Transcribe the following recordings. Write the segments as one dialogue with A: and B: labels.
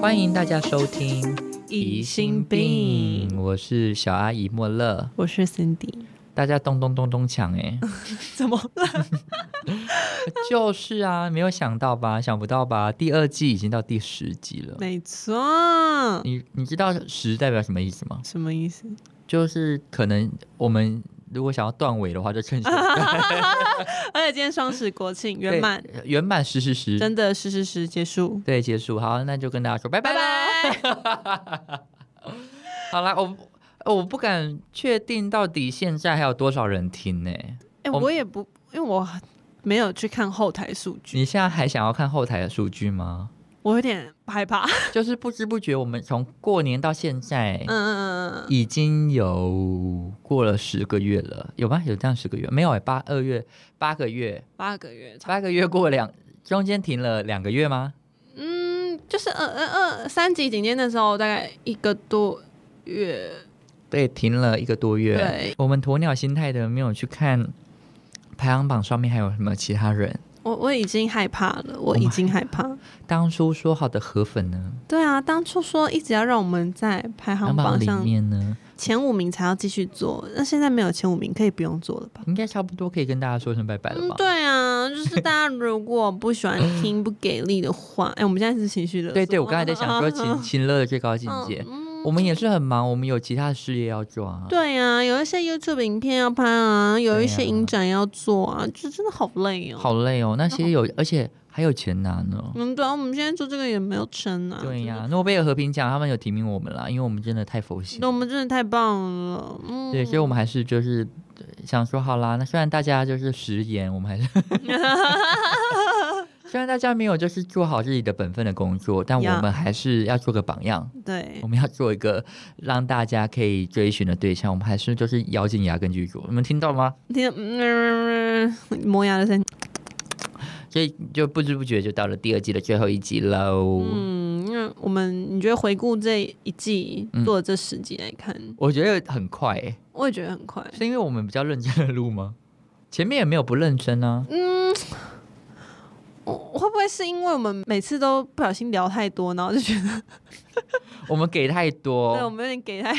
A: 欢迎大家收听《
B: 疑心病，
A: 我是小阿姨莫乐。
B: 我是 Cindy，
A: 大家咚咚咚咚抢 哎、
B: 怎么了？
A: 就是啊，没有想到吧，想不到吧？第二季已经到第十集了。
B: 没错，
A: 你你知道十代表什么意思吗？
B: 什么意思？
A: 就是可能我们如果想要断尾的话，就 趁现在
B: 而且今天双十国庆圆满，
A: 对圆满十十十，
B: 真的是是是结束，
A: 对，结束。好，那就跟大家说拜拜
B: 拜
A: 啦。
B: 拜。
A: 好啦，我我不敢确定到底现在还有多少人听呢、欸
B: 哎，
A: 我
B: 我也不，因为我没有去看后台数据，
A: 你现在还想要看后台的数据吗？
B: 我有点害怕。
A: 就是不知不觉，我们从过年到现在
B: 嗯，嗯嗯嗯，
A: 已经有过了十个月了，有吗？有这样十个月？没有、欸，八二月八个月，
B: 八个月差不多，
A: 八个月过两，中间停了两个月吗？
B: 嗯，就是二呃二二三级警戒的时候，大概一个多月，
A: 对，停了一个多月。
B: 对
A: 我们鸵鸟心态的没有去看排行榜上面还有什么其他人。
B: 我我已经害怕了，我
A: 我
B: 已
A: 们
B: 经害怕。
A: 当初说好的河粉呢？
B: 对啊，当初说一直要让我们在排行
A: 行榜
B: 榜
A: 里
B: 上
A: 面呢，
B: 前五名才要继续做，那现在没有前五名，可以不用做了吧？
A: 应该差不多可以跟大家说声拜拜了
B: 嗯，
A: 吧？
B: 对啊，就是大家如果不喜欢听不给力的话，哎、我们现在是情绪的，
A: 对对，我刚才在 想说情情乐的最高境界，
B: 嗯
A: 我们也是很忙，我们有其他的事业要做啊。
B: 对啊，有一些 YouTube 影片要拍啊，有一些
A: 对啊
B: 影展要做啊，就真的好累哦。，
A: 好累哦，那些有，而且还有钱拿呢。
B: 嗯，对啊，我们现在做这个也没有成啊。
A: 对呀、
B: 真的
A: 诺贝尔和平奖他们有提名我们啦，因为我们真的太佛系
B: 那。我们真的太棒了，嗯，
A: 对，所以我们还是就是呃想说，好啦，那虽然大家就是食言，我们还 是虽然大家没有就是做好自己的本分的工作，但
B: 呀
A: 我们还是要做个榜样。
B: 对
A: 我，们要做一个让大家可以追寻的对象，我们还是就是咬紧牙根去做。你们听到吗？
B: 听到嗯磨牙的声音，
A: 所以就不知不觉就到了第二季的最后一集喽。
B: 嗯，那我们你觉得回顾这一季
A: 嗯
B: 做的这十集来看，
A: 我觉得很快、欸，
B: 我也觉得很快。
A: 是因为我们比较认真的录吗？前面也没有不认真啊，
B: 嗯我会不会是因为我们每次都不小心聊太多，然后就觉得、
A: 我们给太
B: 对我
A: 多，
B: 们有点给太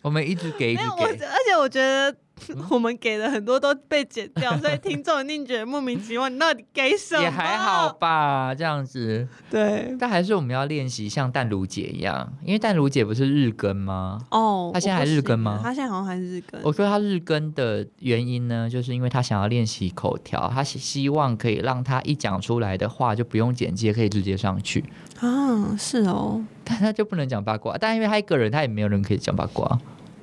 A: 我们一直哦给一嗯
B: 没
A: 直
B: 有我，
A: 给。
B: 而且我觉得 我们给的很多都被剪掉，所以听众一定觉得莫名其妙，你到底给什么？
A: 也还好，吧，这样子，
B: 对
A: 但还是我们要练习像淡如姐一样，因为淡如姐不是日更吗？
B: 哦。
A: 他现在还日更吗哦
B: 我不行他现在好像还日更。
A: 我说她日更的原因呢，就是因为她想要练习口条，她希希望可以让她一讲出来的话就不用剪接，可以直接上去，
B: 啊，是哦。
A: 但她就不能讲八卦，但因为她一个人，她也没有人可以讲八卦，啊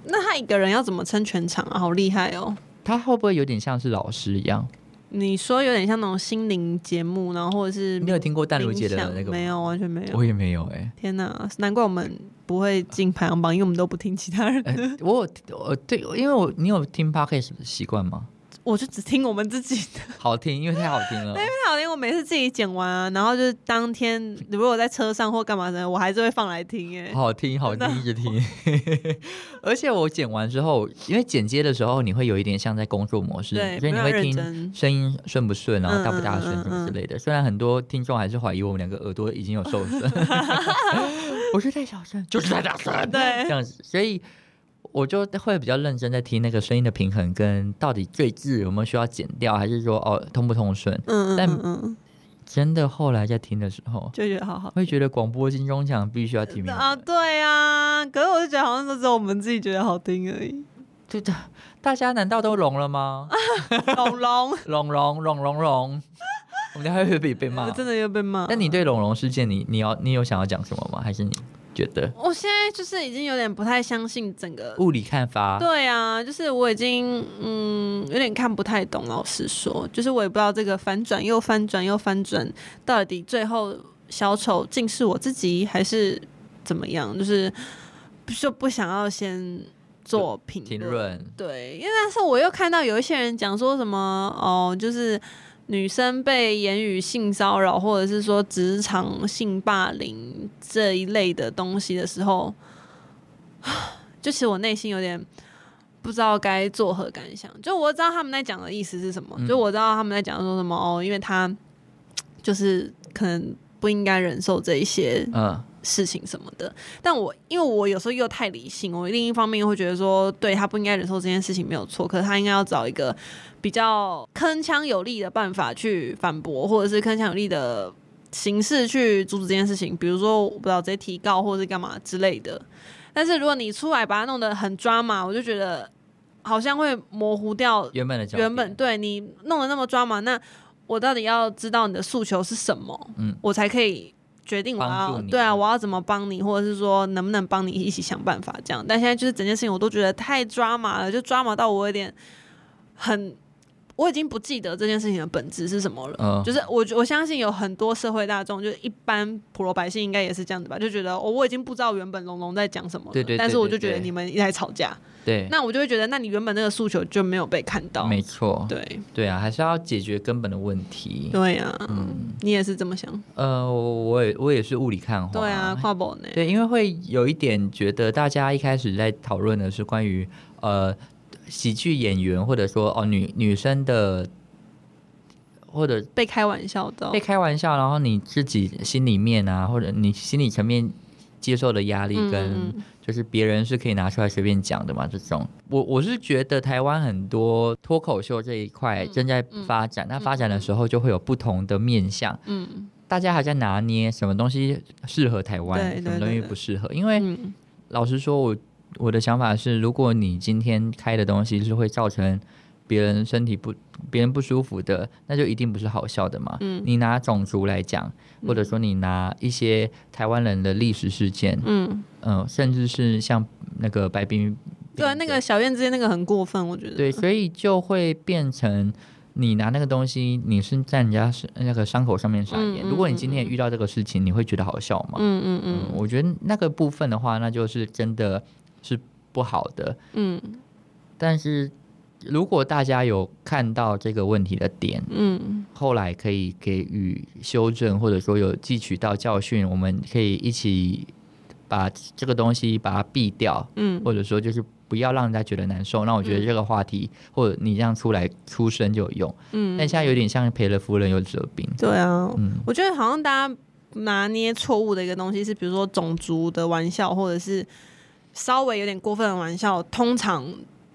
B: 那他一个人要怎么撑全场啊？好厉害哦！
A: 她会不会有点像是老师一样？
B: 你说有点像那种心灵节目，然后或者是
A: 你有听过淡如姐的
B: 冥想
A: 那个吗
B: 没有，完全没有。
A: 我也没有 哎、
B: 天哪，难怪我们不会进排行榜，因为我们都不听其他人的，
A: 呃我有我对，因为我你有听 podcast 的习惯吗？
B: 我就只听我们自己的。
A: 好听，因为太好听 了。
B: 太好听，我每次自己剪完啊，然后就是当天如果我在车上或干嘛的，我还是会放来听耶。
A: 好听，好
B: 真的
A: 听，一直听。 而且我剪完之后，因为剪接的时候，你会有一点像在工作模式，
B: 对，
A: 所以你
B: 不要
A: 会
B: 认
A: 听
B: 真。
A: 声音顺不顺，然后大不大声
B: 嗯嗯嗯
A: 什么之类的。虽然很多听众还是怀疑我们两个耳朵已经有受损， 不是太小声，就是太大声，
B: 对
A: 这样子。所以我就会比较认真在听那个声音的平衡，跟到底最字有没有需要剪掉，还是说哦通不通顺。
B: 嗯嗯
A: 但
B: 嗯嗯，
A: 真的后来在听的时候，
B: 就觉得好好。
A: 会觉得广播金钟奖必须要提名我
B: 啊，对啊，可是我就觉得好像都只有我们自己觉得好听而已。
A: 对的，大家难道都聋了 吗？
B: 龙龙，
A: 聋聋聋聋聋，我们家会不会被骂
B: 我？真的又被骂。
A: 那你对聋聋事件你，你要你有想要讲什么吗？还是你觉得
B: 我现在就是已经有点不太相信整个
A: 物理看法？
B: 对啊，就是我已经嗯有点看不太懂，老实说，就是我也不知道这个翻转又翻转又翻转，到底最后小丑竟是我自己还是怎么样？就是就不想要先做评
A: 评
B: 论。
A: 论
B: 对，因为但是我又看到有一些人讲说什么哦，就是女生被言语性骚扰，或者是说职场性霸凌这一类的东西的时候， 就其实我内心有点不知道该作何感想。就我知道他们在讲的意思是什么，
A: 嗯
B: 就我知道他们在讲说什么哦，因为他就是可能不应该忍受这一些
A: 嗯，
B: 事情什么的。但我因为我有时候又太理性，我另一方面又会觉得说，对他不应该忍受这件事情没有错，可是他应该要找一个比较铿锵有力的办法去反驳，或者是铿锵有力的形式去阻止这件事情，比如说我不知道直接提告或者是干嘛之类的。但是如果你出来把它弄得很抓马，我就觉得好像会模糊掉
A: 原本的焦点
B: 原本对你弄得那么抓马，那我到底要知道你的诉求是什么，
A: 嗯
B: 我才可以决定我
A: 帮
B: 要
A: 助你
B: 对啊，我要怎么帮你，或者是说能不能帮你一起想办法这样。但现在就是整件事情我都觉得太抓马了，就抓马到我有点很，我已经不记得这件事情的本质是什么了。
A: 嗯
B: 就是我我相信有很多社会大众，就是一般普罗百姓应该也是这样子吧，就觉得哦、我已经不知道原本龙龙在讲什么了，
A: 对对对
B: 但是我就
A: 对对
B: 觉得你们一直在吵架，
A: 对，
B: 那我就会觉得，那你原本那个诉求就没有被看到，
A: 没错，
B: 对
A: 对啊，还是要解决根本的问题。
B: 对呀、
A: 嗯
B: 你也是这么想，
A: 呃，我也我也是雾里看花。
B: 对啊，跨博呢，
A: 对，因为会有一点觉得大家一开始在讨论的是关于呃喜剧演员或者说哦女女生的或者
B: 被开玩笑的哦、
A: 被开玩笑，然后你自己心里面啊，或者你心理层面接受的压力
B: 嗯
A: 跟
B: 嗯
A: 就是别人是可以拿出来随便讲的嘛，这种我我是觉得台湾很多脱口秀这一块
B: 嗯
A: 正在发展，那发展的时候就会有不同的面向，
B: 嗯
A: 大家还在拿捏什么东西适合台湾，
B: 对
A: 什么
B: 对
A: 东西
B: 对
A: 不适合，因为。
B: 嗯
A: 老实说，我我的想法是，如果你今天开的东西是会造成别人身体不别人不舒服的，那就一定不是好笑的嘛。
B: 嗯
A: 你拿种族来讲，或者说你拿一些台湾人的历史事件，
B: 嗯，
A: 嗯、甚至是像那个白冰，
B: 对啊，那个小燕之间那个很过分，我觉得，
A: 对，所以就会变成。你拿那个东西，你是在人家是那个伤口上面撒盐。
B: 嗯嗯
A: 如果你今天也遇到这个事情，你会觉得好笑吗？
B: 嗯嗯
A: 嗯，
B: 嗯
A: 我觉得那个部分的话，那就是真的是不好的。
B: 嗯
A: 但是如果大家有看到这个问题的点，
B: 嗯
A: 后来可以给予修正，或者说有汲取到教训，我们可以一起把这个东西把它避掉，
B: 嗯
A: 或者说就是不要让人家觉得难受。那我觉得这个话题，或者你这样出来出声就有用。
B: 嗯，
A: 但现在有点像赔了夫人又折兵。
B: 对啊，
A: 嗯，
B: 我觉得好像大家拿捏错误的一个东西是，比如说种族的玩笑，或者是稍微有点过分的玩笑，通常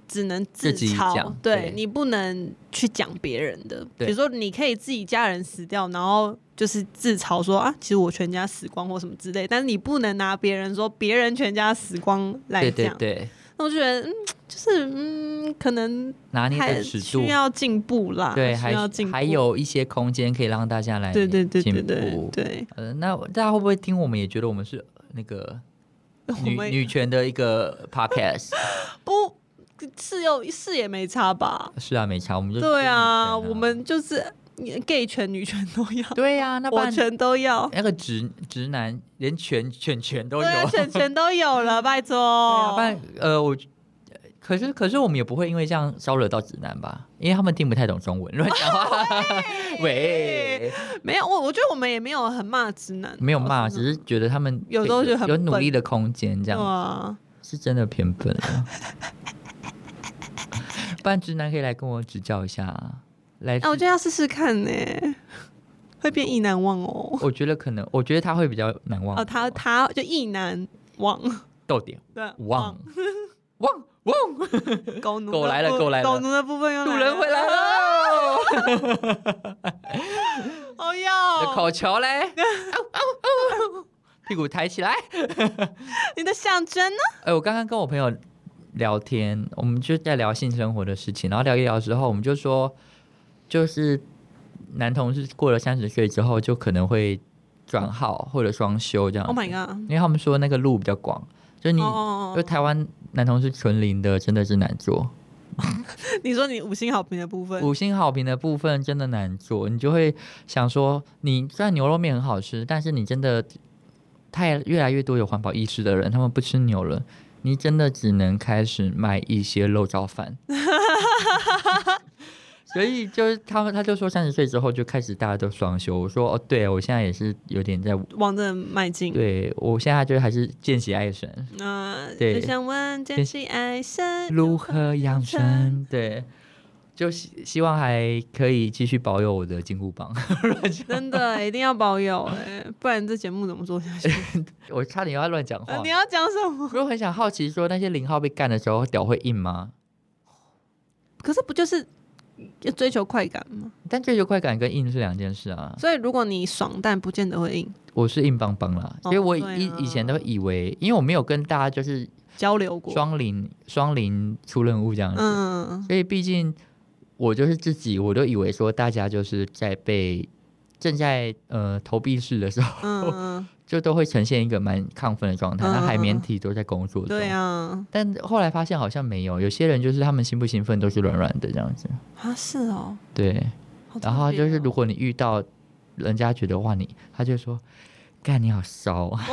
B: 只能
A: 自
B: 自
A: 己
B: 嘲，
A: 讲
B: 对
A: 对
B: 你不能去讲别人的。比
A: 对
B: 如说，你可以自己家人死掉，然后就是自嘲说啊，其实我全家死光或什么之类，但是你不能拿别人说别人全家死光来
A: 对
B: 讲。
A: 对对，
B: 那我就觉得，嗯，就是嗯，可能
A: 拿捏
B: 还
A: 啊的尺度
B: 需。要进步啦，
A: 对，
B: 需
A: 还
B: 要进步，
A: 还有一些空间可以让大家来
B: 对对对
A: 进
B: 对
A: 步。
B: 对对。
A: 呃，那大家会不会听我们也觉得我们是呃那个
B: 我
A: 女
B: 们
A: 女权的一 个 podcast？
B: 不是又是也没差吧？
A: 是啊，没差，我们就
B: 对啊，
A: 是女权
B: 我们就是 gay 权、女权都要，
A: 对啊，那不
B: 我
A: 然
B: 全都要，
A: 那个直直男连全全全都有，
B: 对啊，全全都有了，拜托。
A: 对啊，不然呃我。可是，可是我们也不会因为这样招惹到直男吧？因为他们听不太懂中文，乱讲 话。喂，
B: 没有我，我觉得我们也没有很骂直男，哦
A: 没有骂，只是觉得他们
B: 有时候就很
A: 有努
B: 笨
A: 力的空间，这
B: 对
A: 样
B: 啊，
A: 是真的偏笨了。 不然直男可以来跟我指教一下啊，来指，
B: 啊，我觉得要试试看呢、会变意难忘哦。
A: 我觉得可能，我觉得他会比较难忘
B: 哦，他他就意难忘，
A: 逗点
B: 对，啊
A: 忘忘忘，
B: 狗奴的
A: 狗来了
B: 部
A: 狗来了
B: 狗奴的部分又
A: 主
B: 来
A: 人回来，了，
B: 哦
A: 你的
B: 哟，
A: 口球嘞， 嗷嗷嗷屁股抬起来。
B: 你的象征呢？
A: 哎，我刚刚跟我朋友聊天，我们就在聊性生活的事情，然后聊一聊之后，我们就说，就是男同志过了三十岁之后，就可能会转号或者双休这样。
B: ？Oh my god！
A: 因为他们说那个路比较广，啊就是你，
B: 哦哦哦
A: 就台湾男同志纯零的真的是难做，呃
B: 你说你五星好评的部分，
A: 五星好评的部分真的难做，你就会想说，你虽然牛肉面很好吃，但是你真的太越来越多有环保意识的人，他们不吃牛了。你真的只能开始卖一些肉燥饭，所以就是他们他就说三十岁之后就开始大家都双休。我说哦，对我现在也是有点在，
B: 往这迈进。
A: 对我现在就还是见习爱神。
B: 那
A: 对
B: 我想问，珍惜爱神
A: 如何养生？对，就希希望还可以继续保有我的金箍棒。
B: 真的一定要保有哎、不然这节目怎么 做下去？
A: 我差点要乱讲话
B: 呃。你要讲什么？
A: 我很想好奇说，那些零号被干的时候，屌会硬吗？
B: 可是不就是要追求快感吗？
A: 但追求快感跟硬是两件事啊。
B: 所以如果你爽，但不见得会硬
A: 我是硬邦邦啦，因
B: 哦
A: 为我
B: 对
A: 以
B: 啊
A: 以前都以为，因为我没有跟大家就是
B: 交流过。
A: 双零双零出任务这样子，
B: 嗯，
A: 所以毕竟我就是自己，我都以为说大家就是在被正在呃投币式的时候，
B: 嗯嗯，
A: 就都会呈现一个蛮亢奋的状态，
B: 嗯
A: 那海绵
B: 嗯
A: 体都在工作中。
B: 对啊，
A: 但后来发现好像没有，有些人就是他们兴不兴奋都是软软的这样子。
B: 啊是哦。
A: 对，
B: 好特
A: 然后就是
B: 别哦
A: 如果你遇到人家觉得哇你，他就说干你好骚啊。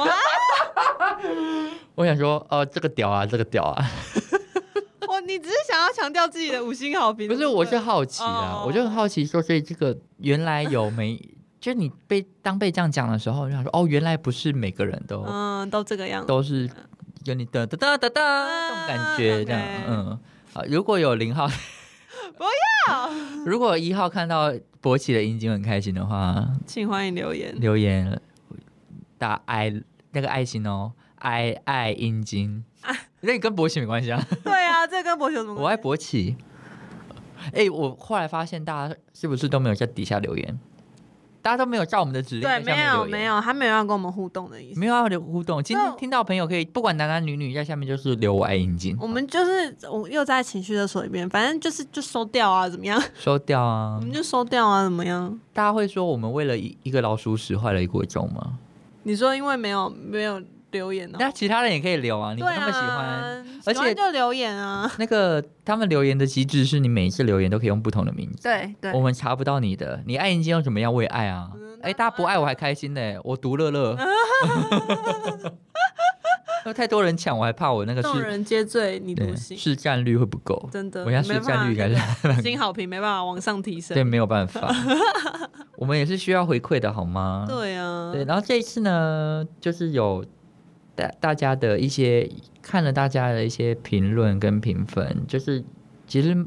A: 我想说，哦，这个屌啊，这个屌啊，
B: 哦，你只是想要强调自己的五星好评，
A: 不是，
B: 对
A: 我是好奇啦，
B: 哦
A: 我就很好奇说，所以这个原来有没，就你被当被这样讲的时候，就想说，哦，原来不是每个人都、
B: 嗯，都这个样子，
A: 都是有你的哒哒哒哒这种感觉这样，
B: 嗯 OK
A: 嗯，好，如果有零号，
B: 不
A: 要，如果一号看到勃起的阴茎很开心的话，
B: 请欢迎留言。
A: 留言打爱那个爱心哦，爱爱阴茎，
B: 啊
A: 那你跟勃起没关系啊，
B: 对啊，这跟博学有什么
A: 我爱
B: 关
A: 勃起。
B: 系？
A: 哎、我后来发现大家是不是都没有在底下留言？大家都没有照我们的指令
B: 对，
A: 在下
B: 没
A: 面
B: 有
A: 留言，
B: 没有，他没有要跟我们互动的意思。
A: 没有要留互动。今
B: 那
A: 天
B: 我
A: 听到朋友可以不管男男女女，在下面就是留我爱阴茎，
B: 我们就是我又在情绪勒索里面，反正就是就收掉啊，怎么样？
A: 收掉啊
B: 我！们就收掉啊，怎么样？
A: 大家会说我们为了一一个老鼠屎坏了一锅粥吗？
B: 你说因为没有没有留言哦，
A: 那其他人也可以留啊，你
B: 对
A: 们那
B: 啊，
A: 么喜欢。而
B: 喜欢
A: 且
B: 就留 言啊，
A: 那个他们留言的机制是你每一次留言都可以用不同的名字，
B: 对对
A: 我们查不到你的，你爱人间又怎么样？我也爱啊
B: 嗯！
A: 哎、大家不爱我还开心呢、我独乐 乐。那太多人抢，我还怕我那个
B: 众
A: 是
B: 人皆醉你独
A: 对
B: 醒，
A: 市占率会不够，
B: 真的，
A: 我现在市占率感
B: 没办
A: 觉
B: 法五星好评没办法往上提升
A: 对，没有办法，我们也是需要回馈的好吗？
B: 对啊，
A: 对，然后这一次呢，就是有大大家的一些看了大家的一些评论跟评分，就是其实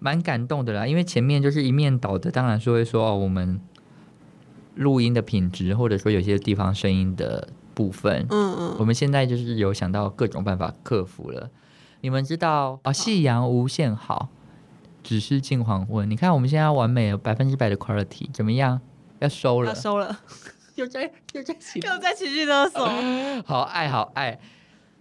A: 蛮感动的啦。因为前面就是一面倒的，当然是会说哦，我们录音的品质，或者说有些地方声音的部分，
B: 嗯嗯，
A: 我们现在就是有想到各种办法克服了。你们知道哦，夕阳无限好，只是近黄昏。你看我们现在完美百分之百的 quality 怎么样？要收
B: 要
A: 了，
B: 啊收了，
A: 又在又在起
B: 又在情绪勒索。
A: 好爱好爱，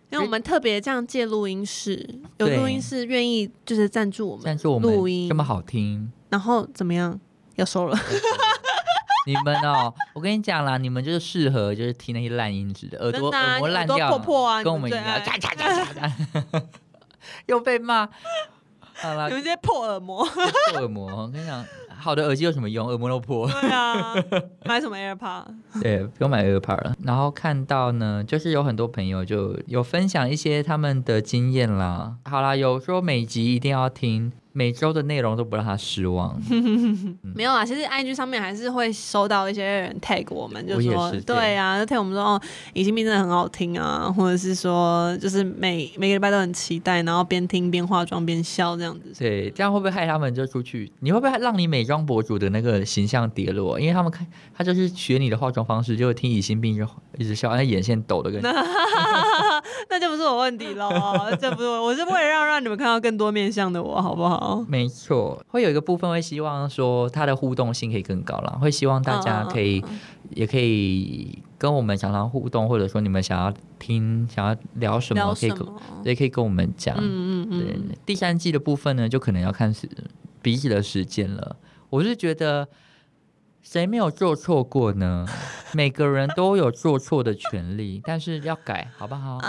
B: 因为我们特别这样借录音室，有
A: 对
B: 录音室愿意就是赞助我们，
A: 但是我
B: 录
A: 们
B: 音
A: 这么好 听，
B: 然后怎么样？要收了，
A: 你们哦，我跟你讲啦，你们就是适合就是听那些烂音质的，耳朵
B: 真的啊
A: 耳朵烂
B: 耳朵
A: 掉了
B: 破啊破啊
A: 跟我们一样，
B: 你们最
A: 嘎
B: 爱
A: 嘎嘎嘎嘎， 又被骂。好啦
B: 你，们这些破耳膜。
A: 破耳膜，我跟你讲，好的耳机有什么用？耳膜都破。
B: 对啊，买什么 AirPod？
A: 对，不用买 AirPod 了。然后看到呢，就是有很多朋友就有分享一些他们的经验啦。好啦，有说每集一定要听，每周的内容都不让他失望。嗯
B: 没有啊，其实 IG 上面还是会收到一些人 tag 我们，就
A: 我也
B: 说
A: 是
B: 对啊，就 tag 我们说哦，隐性病真的很好听啊，或者是说就是每每个礼拜都很期待，然后边听边化妆边笑这样子。
A: 对，这样会不会害他们就出去？你会不会让你美妆博主的那个形象跌落？因为他们看他就是学你的化妆方式，就听疑心病就一直笑，那眼线抖的 跟
B: 那就不是我问题喽，这不是我，我是为了让让你们看到更多面向的我，好不好？
A: 没错，会有一个部分会希望说它的互动性可以更高啦，会希望大家可
B: 嗯
A: 以、也可以跟我们常常互动，或者说你们想要听想要聊什么，
B: 聊
A: 可以
B: 什
A: 跟
B: 么？
A: 也可以跟我们讲。
B: 嗯嗯
A: 对
B: 嗯，，
A: 第三季的部分呢，就可能要看是彼此的时间了。我是觉得谁没有做错过 呢？每个人都有做错的权利，但是要改，好不 好？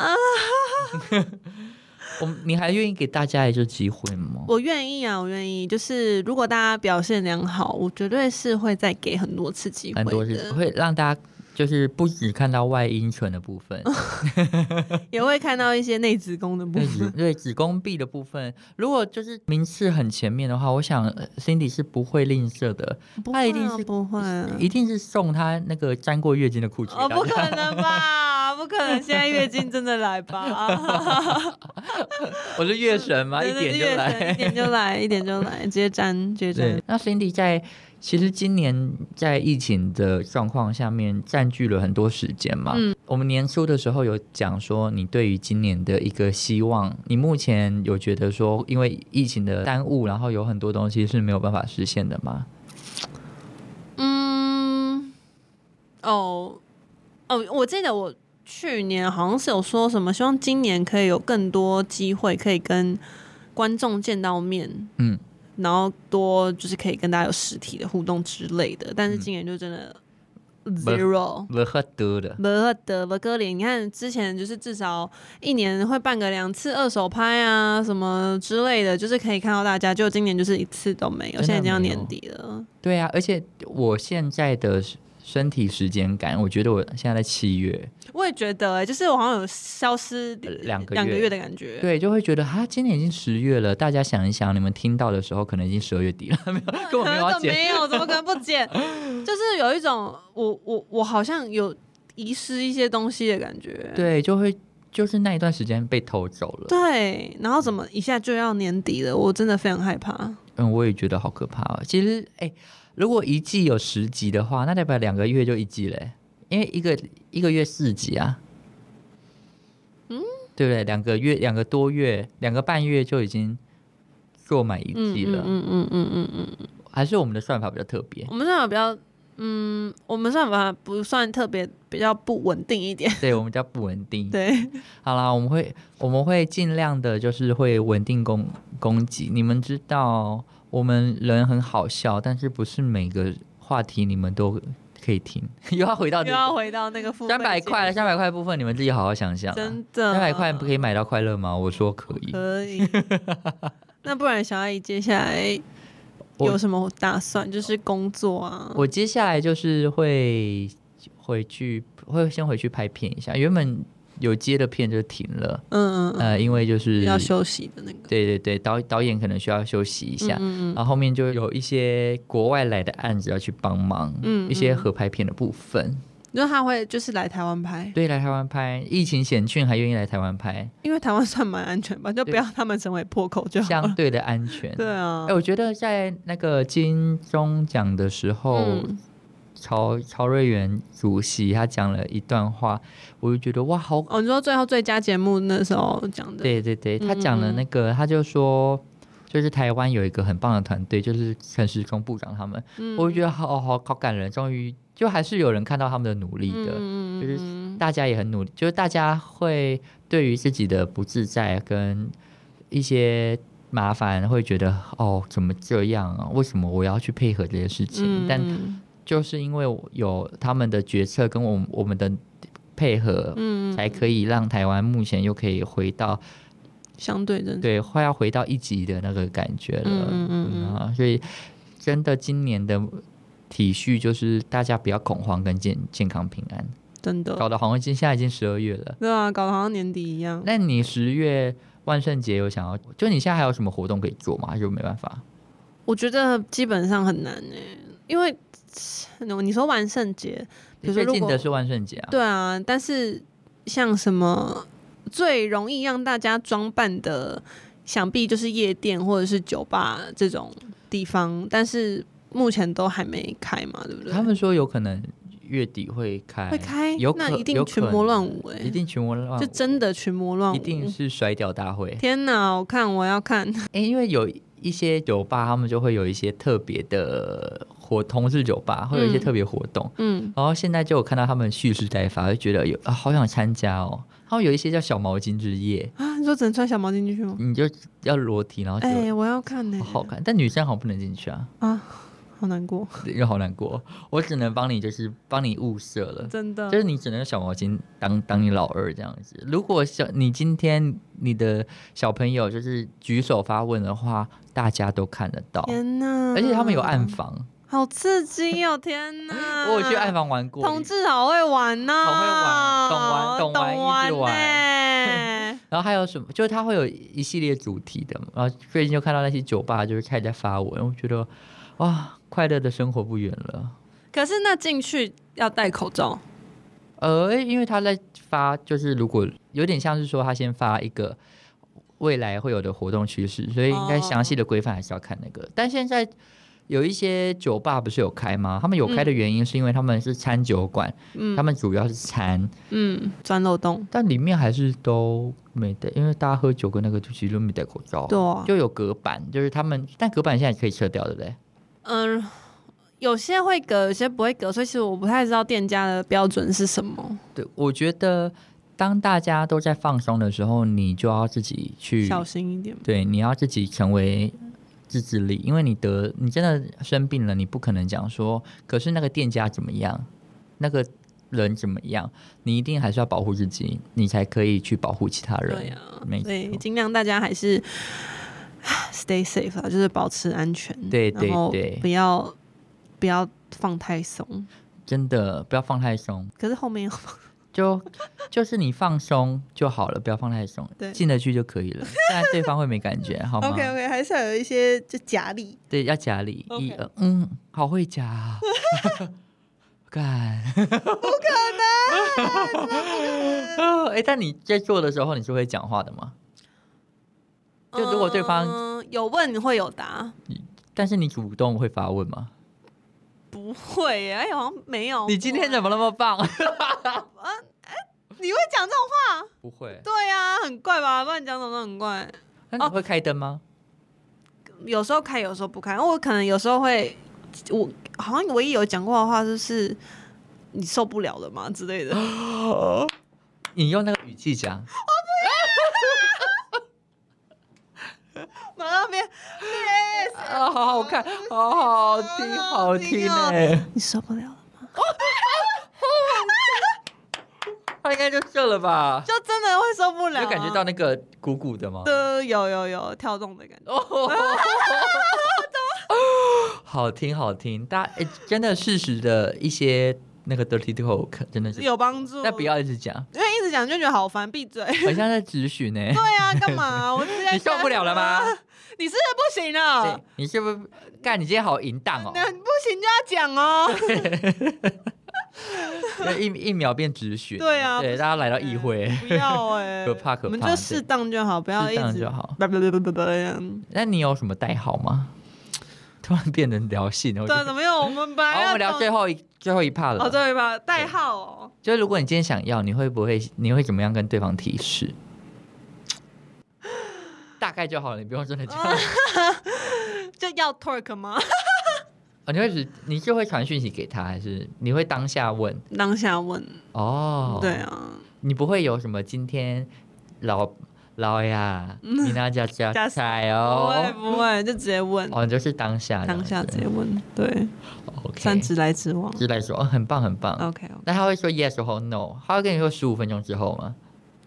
A: 我们你还愿意给大家一个机会吗？
B: 我愿意啊，我愿意。就是如果大家表现良好，我绝对是会再给很多次机会
A: 很多是
B: 的，
A: 会让大家就是不只看到外阴唇的部 分，
B: 也会看到一些内子宫的部
A: 对子
B: 分。
A: 对子宫壁的部分，如果就是名次很前面的话，我想呃 Cindy 是不会吝啬的，
B: 不
A: 他
B: 会
A: 一定
B: 啊
A: 是
B: 不会啊，
A: 一定是送她那个沾过月经的裤子给
B: 哦，
A: 大
B: 不
A: 家。
B: 可能吧？不不可能，现在月经真的来 吧？啊
A: 我是月神嘛，一
B: 真的
A: 点
B: 是
A: 就
B: 月神一
A: 来。
B: 点嗯就来，一点就来，直接粘，直接 粘。
A: 对，那 Cindy 在其实今年在疫情的状况下面占据了很多时间嘛。
B: 嗯，
A: 我们年初的时候有讲说，你对于今年的一个希望，你目前有觉得说，因为疫情的耽误，然后有很多东西是没有办法实现的吗？
B: 嗯，哦，哦，我记得我去年好像是有说什么，希望今年可以有更多机会可以跟观众见到面，
A: 嗯，
B: 然后多就是可以跟大家有实体的互动之类的。但是今年就真的
A: 嗯
B: zero。
A: 不喝得的，
B: 不得不哥林，你看之前就是至少一年会办个两次二手拍啊什么之类的，就是可以看到大家，就今年就是一次都没
A: 真
B: 有，
A: 的
B: 现在已经要
A: 没有
B: 年底了。
A: 对啊，而且我现在的身体时间感，我觉得我现在在七月，
B: 我也觉得、欸，就是我好像有消失
A: 呃两个
B: 两个
A: 月
B: 月的感觉。
A: 对，就会觉得哈，今年已经十月了，大家想一想，你们听到的时候可能已经十二月底了，没有， 根本没有要
B: 怎么
A: 剪。
B: 没有，怎么可能不 剪？就是有一种我我我好像有遗失一些东西的感觉。
A: 对，就会就是那一段时间被偷走了。
B: 对，然后怎么一下就要年底了？我真的非常害怕。
A: 嗯，我也觉得好可怕哦。其实，哎、如果一季有十集的话，那代表两个月就一季嘞，因为一个一个月四集啊。嗯，对不对？两个月，两个多月，两个半月就已经做满一
B: 嗯
A: 季了。
B: 嗯嗯嗯嗯嗯嗯，
A: 还是我们的算法比较特别。
B: 我们算法比较，嗯，我们算法不算特别，比较不稳定一点。
A: 对我们叫不稳定。
B: 对，
A: 好啦，我们会我们会尽量的，就是会稳定供供给。你们知道，我们人很好笑，但是不是每个话题你们都可以听。 又要回到
B: 又
A: 这
B: 要
A: 个
B: 回到那个付费
A: 三百
B: 节
A: 块，三百块部分，你们自己好好想想、啊。
B: 真的
A: 三百块可以买到快乐吗？我说可以。
B: 可以。 那不然小阿姨接下来
A: 我
B: 有什么打算？就是工作啊。
A: 我接下来就是会回去，会先回去拍片一下。原本有接的片就停了，
B: 嗯嗯嗯，
A: 呃，因为就是
B: 要休息的那个。
A: 对对对，导导演可能需要休息一下，
B: 嗯嗯
A: 然后后面就有一些国外来的案子要去帮忙，
B: 嗯
A: 一些
B: 嗯
A: 合拍片的部分。
B: 嗯，就他会就是来台湾拍，
A: 对，来台湾拍，疫情险峻还愿意来台湾拍，
B: 因为台湾算蛮安全吧，就不
A: 对
B: 要他们成为破口就好
A: 相
B: 了。
A: 对的安全。
B: 哦对啊
A: 哎、，我觉得在那个金钟奖的时候，
B: 嗯
A: 曹曹瑞元主席他讲了一段话，我就觉得哇，好
B: 哦，你说最后最佳节目那时候讲的，
A: 对对对，他讲了
B: 嗯嗯嗯
A: 那个，他就说，就是台湾有一个很棒的团队，就是陈时中部长他们，
B: 嗯
A: 我就觉得好好好感人，终于就还是有人看到他们的努力的，
B: 嗯
A: 就是
B: 嗯
A: 大家也很努力，就是大家会对于自己的不自在跟一些。麻烦会觉得哦，怎么这样啊？为什么我要去配合这些事情？但
B: 嗯
A: 就是因为有他们的决策跟我们我们的配合，
B: 嗯
A: 才可以让台湾目前又可以回到
B: 相对真
A: 对，快要回到一级的那个感觉了。
B: 嗯嗯嗯嗯
A: 啊，所以真的今年的体恤就是大家不要恐慌跟健健康平安，
B: 真的
A: 搞得好像今现在已经十二月了。
B: 对啊，搞得好像年底一样。
A: 那你十月万圣节有想要？就你现在还有什么活动可以做吗？还是没办法？
B: 我觉得基本上很难呢、因为你说万圣节，比如
A: 最
B: 说如
A: 近
B: 果
A: 的是万圣节啊。
B: 对啊，但是像什么最容易让大家装扮的，想必就是夜店或者是酒吧这种地方，但是目前都还没开嘛，对不对？
A: 他们说有可能月底会开，
B: 会开，
A: 有可
B: 那一
A: 有
B: 定
A: 可
B: 群魔乱舞哎、
A: 一定群魔乱舞，
B: 就真的群魔乱舞，
A: 一定是甩屌大会。
B: 天哪！我看我要看，
A: 哎、因为有一些酒吧，他们就会有一些特别的活，同志酒吧会有一些
B: 嗯
A: 特别活动。
B: 嗯，
A: 然后现在就有看到他们蓄势待发，就觉得有啊，好想参加哦。他们有一些叫小毛巾之夜，
B: 啊，你说只能穿小毛巾进去吗？
A: 你就要裸体，然后就、
B: 哎、我要看呢、
A: 好好看，但女生好像不能进去啊，
B: 啊，好难过，
A: 又好难过。我只能帮你，就是帮你物色了。
B: 真的
A: 就。是你只能用小毛巾当当你老二这样子。如果小你今天你的小朋友就是举手发问的话，大家都看得到。
B: 天哪！
A: 而且他们有暗，房，
B: 好刺激哦！天哪！
A: 我有去暗房玩过。
B: 同志好会玩哦
A: 好会
B: 呐、
A: 玩懂玩懂玩一直玩
B: 呢
A: 然后还有什么？就是他会有一系列主题的嘛。然后最近就看到那些酒吧就是开始在发文，我觉得哇，快乐的生活不远了。
B: 可是那进去要戴口罩，
A: 呃，因为他在发，就是如果有点像是说他先发一个未来会有的活动趋势，所以应该详细的规范还是要看那个。但现在有一些酒吧不是有开吗？他们有开的原因是因为他们是餐酒馆，
B: 嗯
A: 他们主要是餐，
B: 嗯，钻漏洞，
A: 但里面还是都没戴，因为大家喝酒跟那个就其实都没戴口罩啊、
B: 对啊
A: 就有隔板，就是他们，但隔板现在也可以撤掉，对不对？
B: 嗯，有些会隔，有些不会隔，所以其实我不太知道店家的标准是什么，
A: 对，我觉得当大家都在放松的时候，你就要自己去
B: 小心一点。
A: 对，你要自己成为自制力，因为你得你真的生病了，你不可能讲说，可是那个店家怎么样，那个人怎么样，你一定还是要保护自己，你才可以去保护其他人。
B: 对啊
A: 没，
B: 所以
A: 错
B: 尽量大家还是 stay safe 啦，就是保持安全，
A: 对
B: 然
A: 对
B: 后
A: 对
B: 不要不要放太松。
A: 真的不要放太松，
B: 可是后面有
A: 就就是你放松就好了，不要放太松
B: 对，
A: 进得去就可以了，不然对方会没感觉，好吗
B: OK OK，还是要有一些就假力。
A: 对，要夹里一
B: OK
A: 二，嗯，好会夹、 啊，干，不 可能。哎、但你在做的时候，你是会讲话的吗？就如果对方
B: 嗯有问会有答，
A: 但是你主动会发问吗？
B: 不会耶，哎，好像没有。
A: 你今天怎么那么棒？
B: 你会讲这种话？
A: 不会。
B: 对啊，很怪吧？不然讲什么都很怪。
A: 那你会开灯吗？
B: 有时候开，有时候不开。我可能有时候会，我好像唯一有讲过的话就是你受不了了嘛之 类的。
A: 你用那个语气讲，
B: 马上变 yes，
A: 啊，好好看，好好听，
B: 好
A: 好
B: 好
A: 听
B: 听哦
A: 哎、
B: 你受不了了，
A: 他应该就这了吧？
B: 就真的会受不了、啊，
A: 有感觉到那个鼓鼓的吗？
B: 的有有有跳动的感觉。
A: 哦， 好听好听，大家、诶真的适时的一些那个 dirty talk 真的是，
B: 有帮助，
A: 但不，要一直讲，
B: 因为一直讲就觉得好烦，闭嘴。
A: 很像在指询呢、
B: 对啊，干 嘛？我直接
A: 你受不了了吗？
B: 你是不是不行了
A: 对，，你是不是干？你今天好淫荡哦，
B: 那不行就要讲哦。
A: 就一一秒变指询。
B: 对啊
A: 对，大家来到议会。
B: 不要哎，
A: 可怕可怕
B: 我们就适当就好，不要一
A: 适当
B: 直啊
A: 就 好
B: 叭叭叭叭叭叭这样。
A: 那你有什么代号吗？突然变成聊性了，我觉
B: 对，
A: 得。
B: 怎么样？我们本
A: 好，
B: 来
A: 我
B: 要
A: 们聊
B: 走
A: 最后一最后一 part 了。
B: 哎哦，对吧？代号哦，
A: 就是如果你今天想要，你会不会你会怎么样跟对方提示？大概就好了，你不用真的讲。
B: 啊就要 talk 吗？
A: 哦，你会只你是会传讯息给他，还是你会当下问？
B: 当下问，
A: 哦，
B: 对，啊，
A: 你不会有什么今天老老呀，
B: 嗯
A: 你那叫加
B: 加
A: 菜
B: 不会
A: 哦，
B: 不会，就直接问，
A: 哦，你就是当下
B: 当下直
A: 这
B: 接
A: 样
B: 问，对，
A: 子，OK，
B: 算直来直往。
A: 直来说，哦很棒很棒。
B: OK OK，
A: 那他会说 yes 或 no，他会跟你说十五分钟之后吗？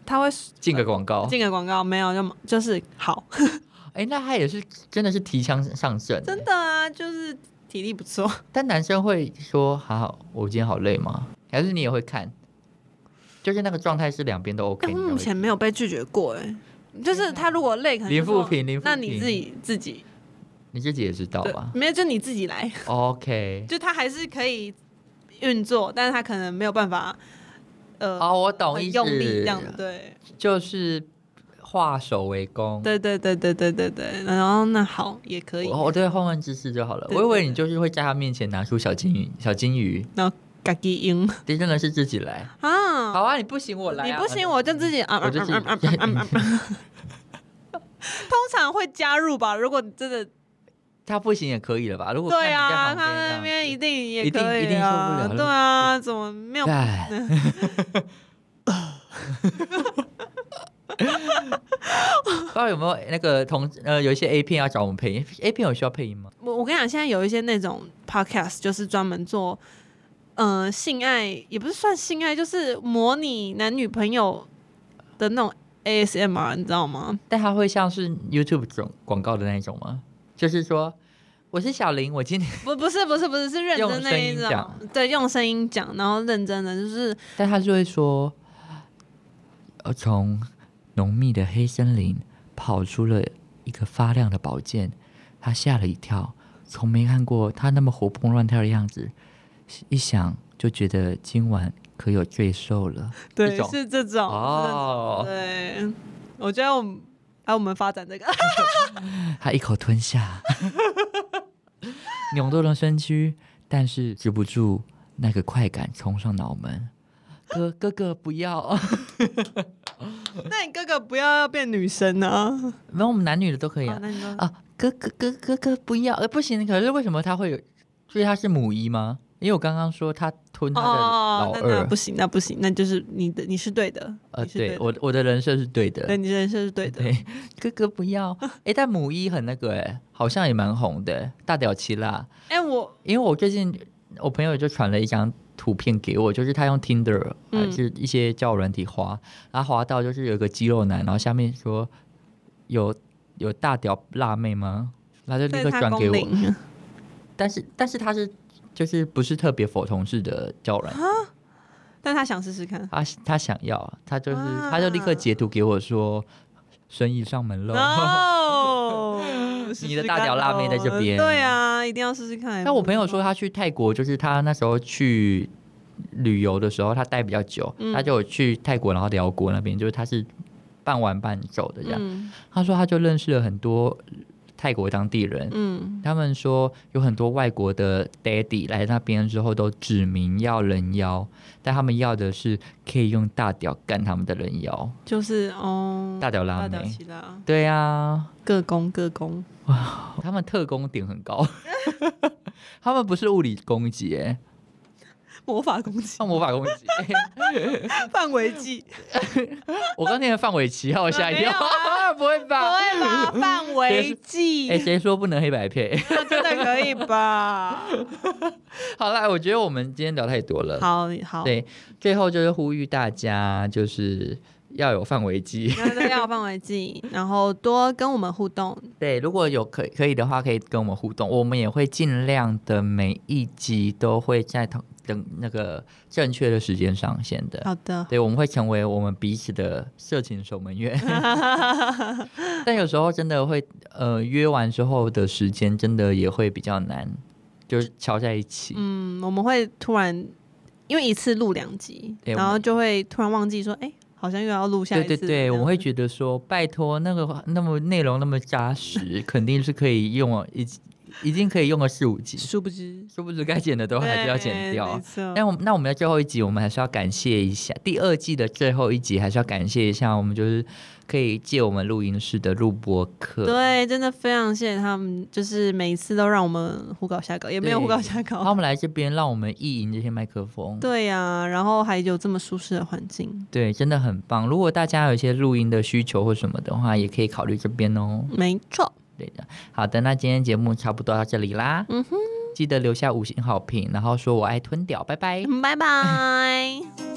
B: 他会
A: 进个广告，
B: 进个广告没有？就就是好，
A: 哎、那他也是真的是提枪上阵，
B: 真的啊，就是体力不错。
A: 但男生会说：“好，我今天好累吗？”还是你也会看？就是那个状态是两边都 OK，
B: 哎，
A: 你
B: 我
A: 才会、
B: 目前没有被拒绝过哎、就是他如果累，可能就
A: 林
B: 说
A: 富平林富
B: 那你
A: 平
B: 自己自己
A: 你自己也知道
B: 对
A: 吧，
B: 没有就你自己来，
A: ？OK，
B: 就他还是可以运作，但是他可能没有办法，呃，
A: 哦，我懂意
B: 很
A: 思，
B: 用力这样，对，
A: 就是化守为攻。
B: 对对对对对对对，然后那好也可以，
A: 我我哦对换换姿势就好了。
B: 对
A: 我以
B: 对
A: 为
B: 对
A: 你就是会在他面前拿出小金鱼，小金鱼，
B: 然后嘎叽赢
A: 这真的是自己来。
B: 啊，
A: 好啊，你不行我来啊、
B: 你不行我就自己啊啊
A: 我就自己
B: 啊啊啊啊啊！通常会加入吧，如果你真的
A: 他不行也可以了吧？如果
B: 对啊，
A: 看你在旁
B: 他
A: 边这
B: 那
A: 样
B: 边
A: 子
B: 一定也
A: 一定
B: 可
A: 一
B: 以
A: 定受不
B: 啊，
A: 了
B: 对啊，怎么没有
A: 干不知道有没有那个同呃，有一些 A 片要找我们配音，A 片有需要配音吗？
B: 我我跟你讲，现在有一些那种 podcast 就是专门做，呃，性爱也不是算性爱，就是模拟男女朋友的那种 ASMR，你知道吗？
A: 但它会像是 YouTube 广广告的那一种吗？就是说，我是小林，我今天，
B: 不，不是，不是，不是，是认
A: 用
B: 真那
A: 声
B: 一
A: 音
B: 种
A: 讲，
B: 对，用声音讲，然后认真的，就是，
A: 但他就会说，呃，从浓密的黑森林跑出了一个发亮的宝剑，他吓了一跳，从没看过他那么活蹦乱跳的样子，一想就觉得今晚可有罪受了。
B: 对
A: 这，种
B: 是这种。
A: 哦，
B: 这种对，我觉得我们哎、我们发展这个，
A: 他一口吞下， 扭动了身躯，但是止不住那个快感冲上脑门。哥哥哥不要，
B: 那你哥哥不要要变女生啊？
A: 没有我们男女的都可以
B: 好
A: 啊。
B: 那你说
A: 啊，哥哥哥哥哥不要，呃不行，可是为什么他会有？所以他是母一吗？因为我刚刚说他吞
B: 哦
A: 他的老
B: 那
A: 二，
B: 那不行，那不行，那就是你的，你是对的，
A: 呃，
B: 你是对
A: 对，
B: 的，
A: 我我的人设是对的，
B: 对，你人生是对的。
A: 对，哥哥不要。哎、但母一很那个哎、好像也蛮红的、大屌七辣。
B: 哎、我
A: 因为我最近我朋友就传了一张图片给我，就是他用 Tinder 还
B: 嗯
A: 是一些交友软体滑，然后滑到就是有一个肌肉男，然后下面说有有大屌辣妹吗？然 后就立
B: 对
A: 刻
B: 他
A: 转给
B: 工
A: 我，
B: 龄，
A: 但是但是他是就是不是特别否同事的交友软体
B: 啊但他想试试看。
A: 他他想要，他就是、
B: 啊
A: 他就立刻截图给我说生意上门喽。
B: 啊哦，
A: 你的大屌辣妹在这边
B: 对啊，一定要试试 看。
A: 那我朋友说他去泰国，就是他那时候去旅游的时候，他待比较久，
B: 嗯
A: 他就有去泰国，然后辽国那边，就是他是半玩半走的这样。
B: 嗯
A: 他说他就认识了很多泰国当地人，
B: 嗯，
A: 他们说有很多外国的 daddy 来那边之后都指明要人妖，但他们要的是可以用大屌干他们的人妖，
B: 就是哦，
A: 大屌
B: 大
A: 拉
B: 屌
A: 美。
B: 齐啦，
A: 对啊，
B: 各攻各攻。
A: 他们特工点很 高，他们不是物理攻击、欸，
B: 魔法攻击，
A: 像魔法攻 击。哎
B: 范围计，
A: 我刚念的范玮琪，害我吓一跳
B: 没有，啊
A: 不会
B: 不
A: 吧？
B: 会吧？范围计
A: 哎，，谁说不能黑白配？
B: 那真的可 以吧？
A: 好啦，我觉得我们今天聊太多了。
B: 好好，
A: 对最后就是呼吁大家，就是要有范围机。
B: 然后都要范围计，然后多跟我们互动。
A: 对，如果有可可以的话，可以跟我们互动，我们也会尽量的每一集都会在同等那个正确的时间上线的。
B: 好的，
A: 对，我们会成为我们彼此的色情守门 员。但有时候真的会，呃，约完之后的时间真的也会比较难，就是敲在一起。
B: 嗯，我们会突然因为一次录两集，
A: 对
B: 然
A: 我
B: 后
A: 们
B: 就会突然忘记说，哎，好像又要录下一
A: 对
B: 次这嗯
A: 对
B: 样子。
A: 对，我们会觉得说，拜托那个那么内容那么扎实，肯定是可以用啊，一一定可以用个四五 集，
B: 殊不知，
A: 殊不知该剪的都还是要剪
B: 对
A: 掉啊
B: 没。错
A: 那我们那我们的最后一集，我们还是要感谢一下第二季的最后一集，还是要感谢一下我们就是可以借我们录音室的录播课。
B: 对，真的非常谢谢他们，就是每一次都让我们胡搞瞎搞，也没有
A: 对
B: 胡搞瞎
A: 他
B: 搞。
A: 们来这边让我们意淫这些麦克风，
B: 对呀、然后还有这么舒适的环境，
A: 对，真的很棒。如果大家有一些录音的需求或什么的话，也可以考虑这边哦。
B: 没错。
A: 对的，好的，那今天节目差不多到这里啦，
B: 嗯哼，
A: 记得留下五星好评，然后说我爱吞屌，拜拜。
B: 嗯拜拜。